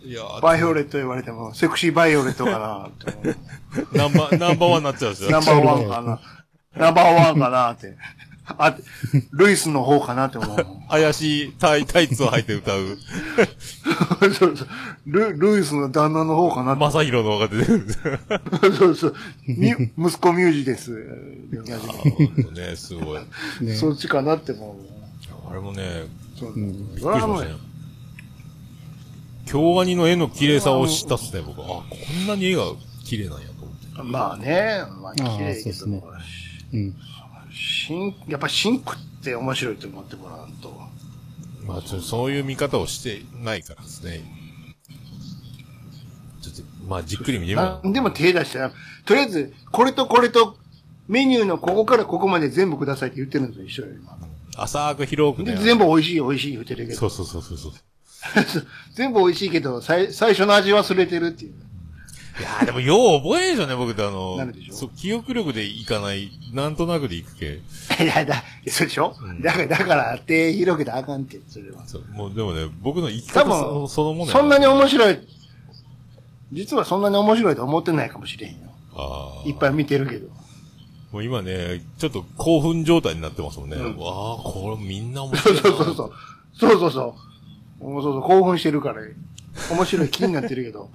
いやバイオレット言われても、セクシーバイオレットかなって思う。ナンバー、ナンバーワンになっちゃうんですよ。ナンバーワンかな。ナンバーワンかなって。あ、ルイスの方かなって思う。怪しいタイ、タイツを履いて歌 *laughs* う、そうそうルルイスの旦那の方かなって。マサヒロの若手で。 *laughs* そうそう。み息子ミュージです。ほんとね、すごい。ねそっちかなって思あれもね、う。そうびっそくれりはしもまうしたね。京アニの絵の綺麗さを知ったっすね、僕。あ、こんなに絵が綺麗なんやと思って。まあね、まあ綺麗そうけですど、ねうん。シンやっぱシンクって面白いと思ってもらうと。まあ、ちょそういう見方をしてないからですね。ちょっと、まあ、じっくり見てみよなんでも手出したら、とりあえず、これとこれと、メニューのここからここまで全部くださいって言ってるんですよ、一緒よ、今。う。浅く広くでね。全部美味しい、美味しい言ってるけど。 *laughs* そうそうそうそうそう。全部美味しいけど、最最初の味忘れてるっていう。いやーでもよう覚えんでしょね、僕ってあのなんででしょ、うそう、記憶力でいかない、なんとなくで *laughs* いくけ。いや、だ、そうでしょ、だから、だから、手広げたらあかんって、それは。そうもうでもね、僕の生き多方そ分、そのものそんなにに面白い。実はそんなに面白いと思ってないかもしれへんよ。あーいっぱい見てるけど。もう今ね、ちょっと興奮状態になってますもんね。うんわあ、これみんな面そ白いうな。そうそうそう。そうそうそう。もうそうそう、興奮してるから、面白い気になってる *laughs* けど、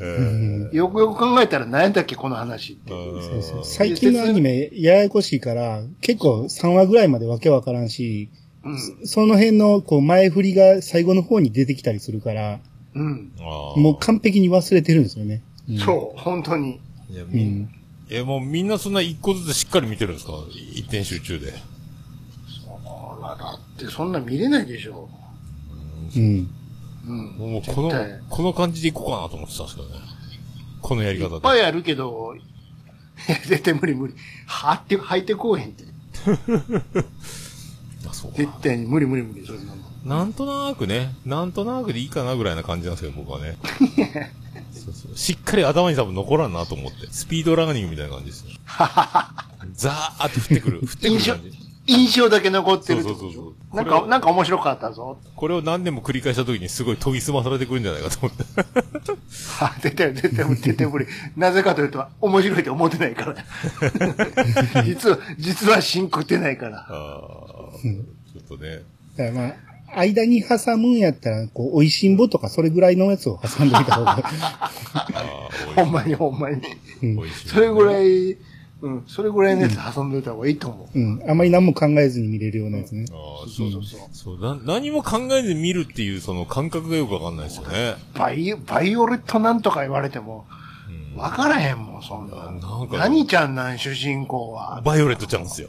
えよくよく考えたら何やったっけ、この話って。そうそうー最近のアニメ、ややこしいから、結構3話ぐらいまでわけわからんし、うん。その辺のこう前振りが最後の方に出てきたりするから、うん。あーもう完璧に忘れてるんですよね。うんそう、本当に。いや、うみんん。え、もうみんなそんな一個ずつしっかり見てるんですか一点集中で。ほら、だってそんな見れないでしょ。うん。うん。もうこの絶対、この感じでいこうかなと思ってたんですけどね。このやりい方っぱで。いあるけど、い *laughs* や絶対無理無理。はって、入ってこうへんって。あそう絶対に無理無理無理、そんなの。なんとなくね、なんとなくでいいかなぐらいな感じなんですけど、僕は *laughs* ね。そうそうしっかり頭に多分残らんなと思って。スピードラーニングみたいな感じ *laughs* ですね。ザーって降ってくる。降ってくる感じ。印象だけ残ってるってことそうそうそうそうなんこれか、はなんか面白かったぞ。 *laughs* これを何年も繰り返した時にすごい研ぎ澄まされてくるんじゃないかと思って。は絶対、絶 *laughs* 対無理、絶対無理。なぜかというと、面白いと思ってないから。 *laughs* 実は、実はシンクってないから。ああ、うんちょっとね。だからまあ、間に挟むんやったら、こう、美味しんぼとかそれぐらいのやつを挟んでみた方が。 *laughs* ああ、ほんまにほんまに。うん美味しい。それぐらい、うん、それぐらいのやつ挟んでおいた方がいいと思う。うん。あまり何も考えずに見れるようなやつね。ああ、そそううそそううそそうう。そうな、何も考えず見るっていうその感覚がよくわかんないですよね。バイ、バイオレットなんとか言われても、わからへんもん、そんな。なんか何ちゃんなん、主人公は。バイオレットちゃうんですよ。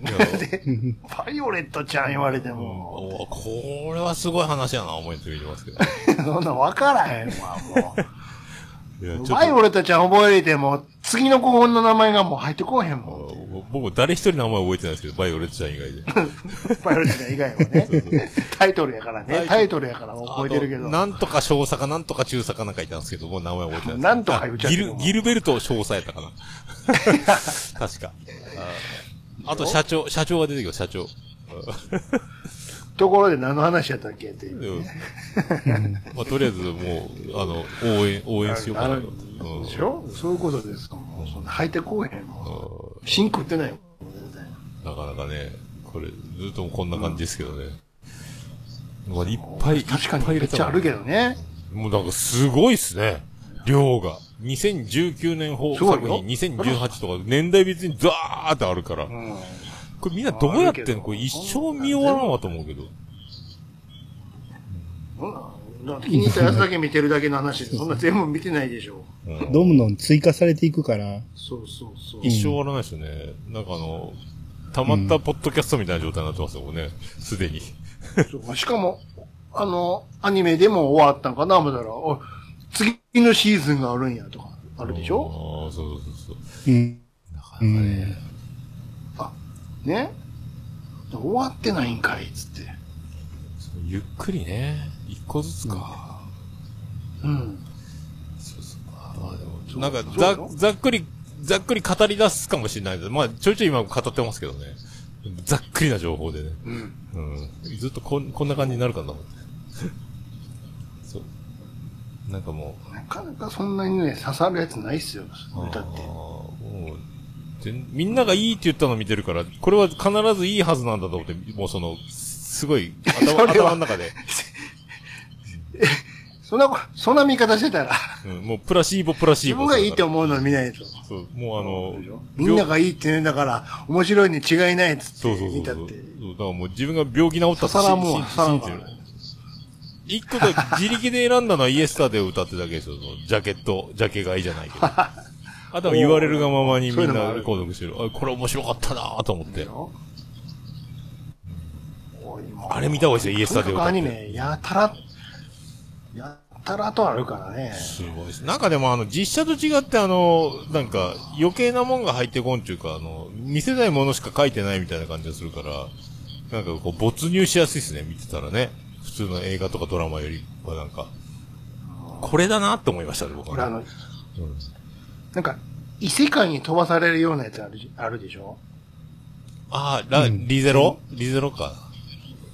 いやでバイオレットちゃん言われても、おこれはすごい話やな、思いついてますけど。そんなわからへんわ、もいや、う。ちょバイっオレットちゃん覚えても、次の子本の名前がもう入ってこうへんもん。と、僕誰一人名前覚えてないですけど、バイオレットちゃん以外で。バイオレットちゃん以外はね。タイトルやからね。タイトルやから覚えてるけあどと。なんとか少佐かなんとか中佐かなんかいたんですけど、もう名前覚えてないです。なんとか言うちゃうギけどル、ギルベルト少佐やったかな。 *laughs* 確か。ああと社長、社長が出てきた、社長。ところで何の話やったっけっていう。うんまあ、とりあえず、もう、あの、応援、応援しようかなと。うんでしょそういうことですか。もうそんな入ってこうへんもん。シンクってないもん。絶対なかなかね、これ、ずっとこんな感じですけどね。まあ、いっぱい、いっ確ぱかいに入めれっちゃたあもるんけどね。もうなんかすごいっすね。量が。2019年放すご作いよ品、2018とか、年代別にザーってあるから。うん。これみんなどうやってあるけんのどこれ一生見終わらんわと思うけど。そんなだって気に入ったやつだけ見てるだけの話で、そんな全部見てないでしょ。うんどんどん追加されていくから、そうそうそう。一生終わらないですよね。なんかあの、溜まったポッドキャストみたいな状態になってますよ、もうね。すでに。そうしかも、あの、アニメでも終わったんかな思ったら、お次のシーズンがあるんやとか、あるでしょああ、そうそうそうそう。うん。なかなかね。ね終わってないんかい、つって。そうゆっくりね。一個ずつか。うん。そうそう。ああ、でも、なんかそうざよ、ざっくり、ざっくり語り出すかもしれないけど、まあ、ちょいちょい今語ってますけどね。ざっくりな情報でね。うん。うん。ずっとこん、こんな感じになるかな。そう。なんかもう、なかなかそんなにね、刺さるやつないっすよ、歌っあーて。もう全みんながいいって言ったの見てるから、これは必ずいいはずなんだと思って、もうその、すごい、頭、 *laughs* それ頭はの中で、そんなこ、そんな見方してたら、うん、もうプラシーボ、プラシ *laughs* 自ーボ。分がいいって思うの見ないと。そう、もうあの、みんな病がいいって言うんだから、面白いに違いないっつそうっそうて、そう見たそっう。て。そうだからもう自分が病気治った刺さらんもんは信刺さらんじか信らじてねる。一個 *laughs* だけ自力で選んだのはイエスタで歌ってただけですよ。そのジャケット、ジャケ買いじゃない *laughs* けど。あとは言われるがままにみそういんうのもなある購読してる。あ、これ面白かったなぁと思って。おいもうあれ見た方がいいですよ、イエスとタにで歌かくアってニ。メ、やたら、やたらとあるからね。すごいです。なんかでもあの、実写と違ってあの、なんか余計なもんが入ってこんっていうか、あの、見せないものしか書いてないみたいな感じがするから、なんかこう没入しやすいですね、見てたらね。普通の映画とかドラマよりはなんか。これだなって思いましたね、僕これはあね。の、なんか、異世界に飛ばされるようなやつあるあるでしょああ、ラ、うんリゼロリゼロか。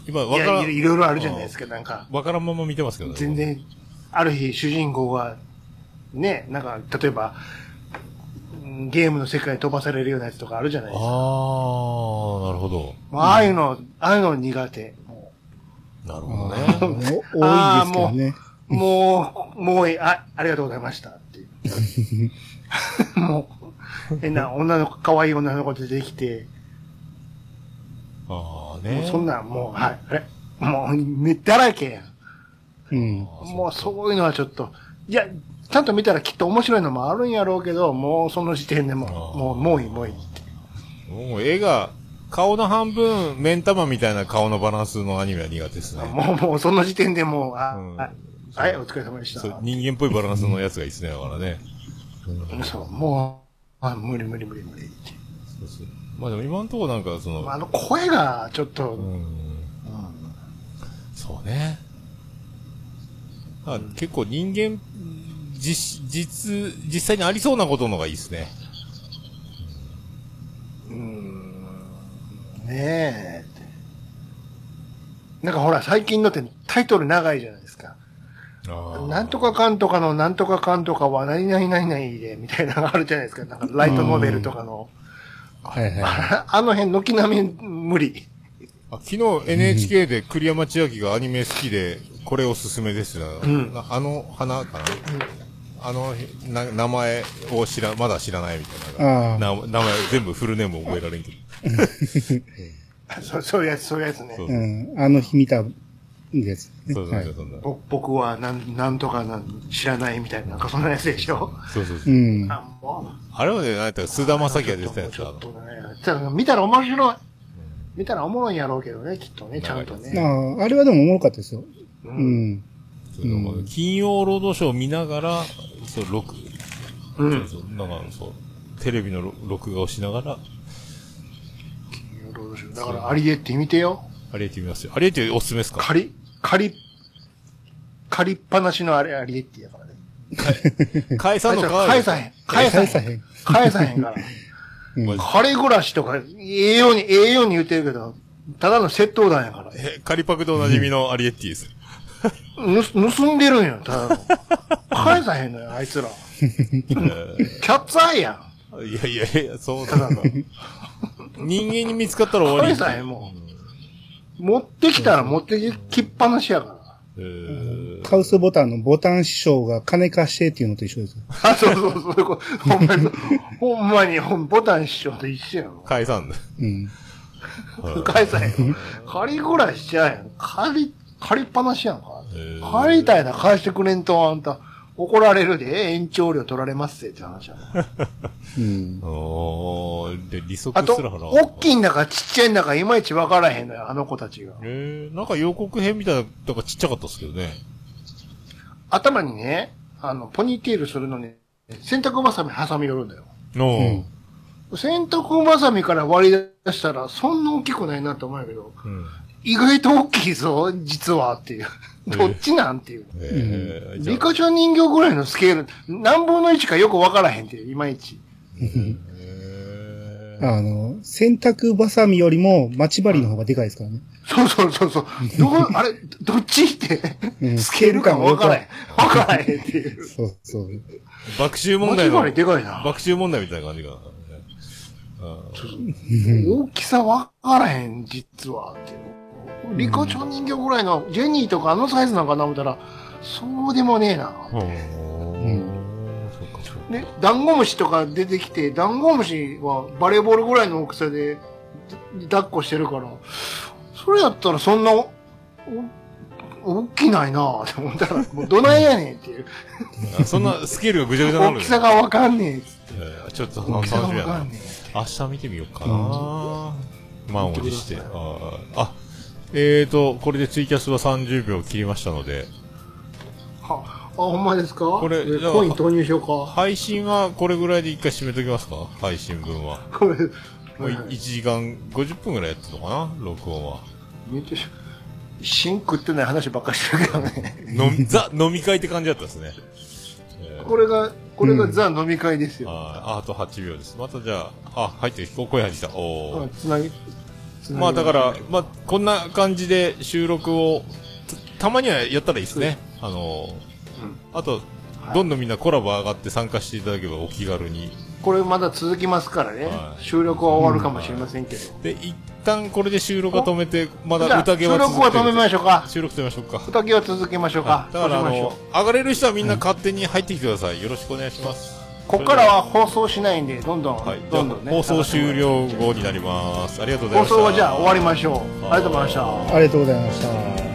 今、いわからや、ん、いろいろあるじゃないですか、なんか。わからんまま見てますけどね。全然、ある日主人公が、ね、なんか、例えば、うんゲームの世界に飛ばされるようなやつとかあるじゃない僕。ですあか。あ、なるほど。もうああいうの、ああいうの苦手。もなるほどね。 *laughs* あーお多いですけどね。う、もう、もうあ、ありがとうございましたっていう。 *laughs* もう、変な女の子、可愛い女の子出てきて、ああもうね。そんなんもう、はい、あれ、もう、目だらけやん。うん。あーもうそういうのはちょっと、いや、ちゃんと見たらきっと面白いのもあるんやろうけど、もうその時点でもう、あーもう、もういい、もういいって。もう絵が、顔の半分、目ん玉みたいな顔のバランスのアニメは苦手ですね。もう、もうその時点でもう、あ、うんあはい、お疲れ様でした。そそう人間っぽいバランスのやつがいいですね、だからね。うんう、もう、あ無理無理無理無理って。そうそうまあでも今のところなんかその、あの声がちょっうと、ん、そうね。あ結構人間、実、実、実際にありそうなことの方がいいですね。うん、ねえって。なんかほら、最近のってタイトル長いじゃないですか。なんとかかんとかのなんとかかんとかは何々何々で、みたいなのがあるじゃないですか。なんかライトノベルとかの。はいはい。あの辺、軒並み無理。あ昨日 NHK で栗山千明がアニメ好きで、これおすすめですな、んなあの花かな、あのな名前を知ら、まだ知らないみたいあな。ーな名前全部フルネーム覚えられんけど。そそういうやつ、そういうやつねそう。うん。あの日見たんですね。そうそうそうそんな。ぼ僕はなんなんとかなん知らないみたいな、なんかそんなやつでしょ。そうそうそうう。ん。あ、もあれはね、なんやったら、菅田将暉がう、出てたやつちだょっ。とね、ただ見たら面白い。見たらおもろいんやろうけどね、きっとね、ちゃんとあね。あ、あれはでもおもろかったですよ。う。うんん。そうだから金曜ロードショーを見ながら、そう、録、う。そうんそうなんかそう、テレビの録録画をしながら、ロードショーだから、アリエって見てよ。あれやってみますよ。あれやっておすすめですか借り、借り、借りっぱなしのあれ、アリエってやからね。返さんのか返さへん。返さ返へさん。へん。返さ *laughs* へんから。マジ彼暮らしとか、ええように、ええように言ってるけど、ただの窃盗団やから。えカリパクでおなじみのアリエッティです。ぬす盗んでるんよ、ただ *laughs* の。返さへんのよ、あいつら。えーキャッツアイやん。いやいやいや、そうただだ。の。 *laughs* 人間に見つかったら終わ返り。さへん、もう。持ってきたら持ってきっぱなしやから。えーカウスボタンのボタン師匠が金貸してっていうのと一緒ですよ。あ、そうそうそうそういうこと。ほんまに、ほんまに、ほんボタン師匠と一緒やん。解散だ。うん。返さへんよ。借りぐらいしちゃうやん。借り、借りっぱなしやんかへえ。借りたいな、返してくれんと、あんた、怒られるで、延長料取られますぜって話やん。 *laughs* うん。おー、で、利息あと、すら払大きいい。んだかちっちゃいんだかいまいちわからへんのよ、あの子たちが。えー、なんか予告編みたいな、なんかちっちゃかったですけどね。頭にね、あの、ポニーテールするのに、洗濯バサミ挟み寄るんだよ。の洗濯バサミから割り出したら、そんな大きくないなって思うんやけど、うん。うん意外と大きいぞ、実はっていう。どっちなんていう。えー、じゃリカちゃん人形ぐらいのスケール、何分の1かよくわからへんっていう、いまいち。あ、えーあの、洗濯バサミよりも待ち針の方がでかいですからね。そうそうそうそう。どう、あれ、どっちって、うんスケール感わからへん。わからへんっていう。そうそう。爆笑問文題字の割り、でかいな。爆笑問題みたいな感じかな。あ大きさわからへん、実は。ってリコちゃん人形ぐらいの、ジェニーとかあのサイズなんかな思ったら、そうでもねえな。ーうん。そっかそっかね、ダンゴムシとか出てきて、ダンゴムシはバレーボールぐらいの大きさで、抱っこしてるから、それやったらそんな、お、大きないなぁって思ったら、もうどないやねんっていう。あそんなスケールがぐちゃぐちゃになる大のきさがわかんねえっつって。えーちょっと大楽きしさがみわやか。なんねえ。明日見てみようかうな。満を持して。見あてくだーあ、えーと、これでツイキャスは30秒切りましたので、はあ、ほんまですかこれえじゃあコイン投入しようか。配信はこれぐらいで一回締めときますか配信分は。これ、もう1時間50分ぐらいやってるのかな録音は。めっちゃし芯食ってない話ばっかりしてるけどね。飲み、ザ、飲み会って感じだったですね。えーこれが、これがザ飲み会ですよ。あーあと8秒です。またじゃあ、あ、入ってる、声入ってきた。おーあつなぎ、つなぎまあだから、まあ、こんな感じで収録をた、たまにはやったらいいですね。あのー、あと、はいどんどんみんなコラボ上がって参加していただければお気軽に。これまだ続きますからね、はい収録は終わるかもしれませんけど、で、一旦これで収録は止めて、まじゃだあ収宴は録続はけ止めましょうか収録止めましょうか。宴は続けましょうか、はいだかそうしらあましょの、上がれる人はみんな勝手に入ってきてください。よろしくお願いします。うここからは放送しないんでどんどん、はい、どんどんね放送終了後になります。ありがとうござい放ました。送はじゃあ終わりましょうありがとうございましたありがとうございました。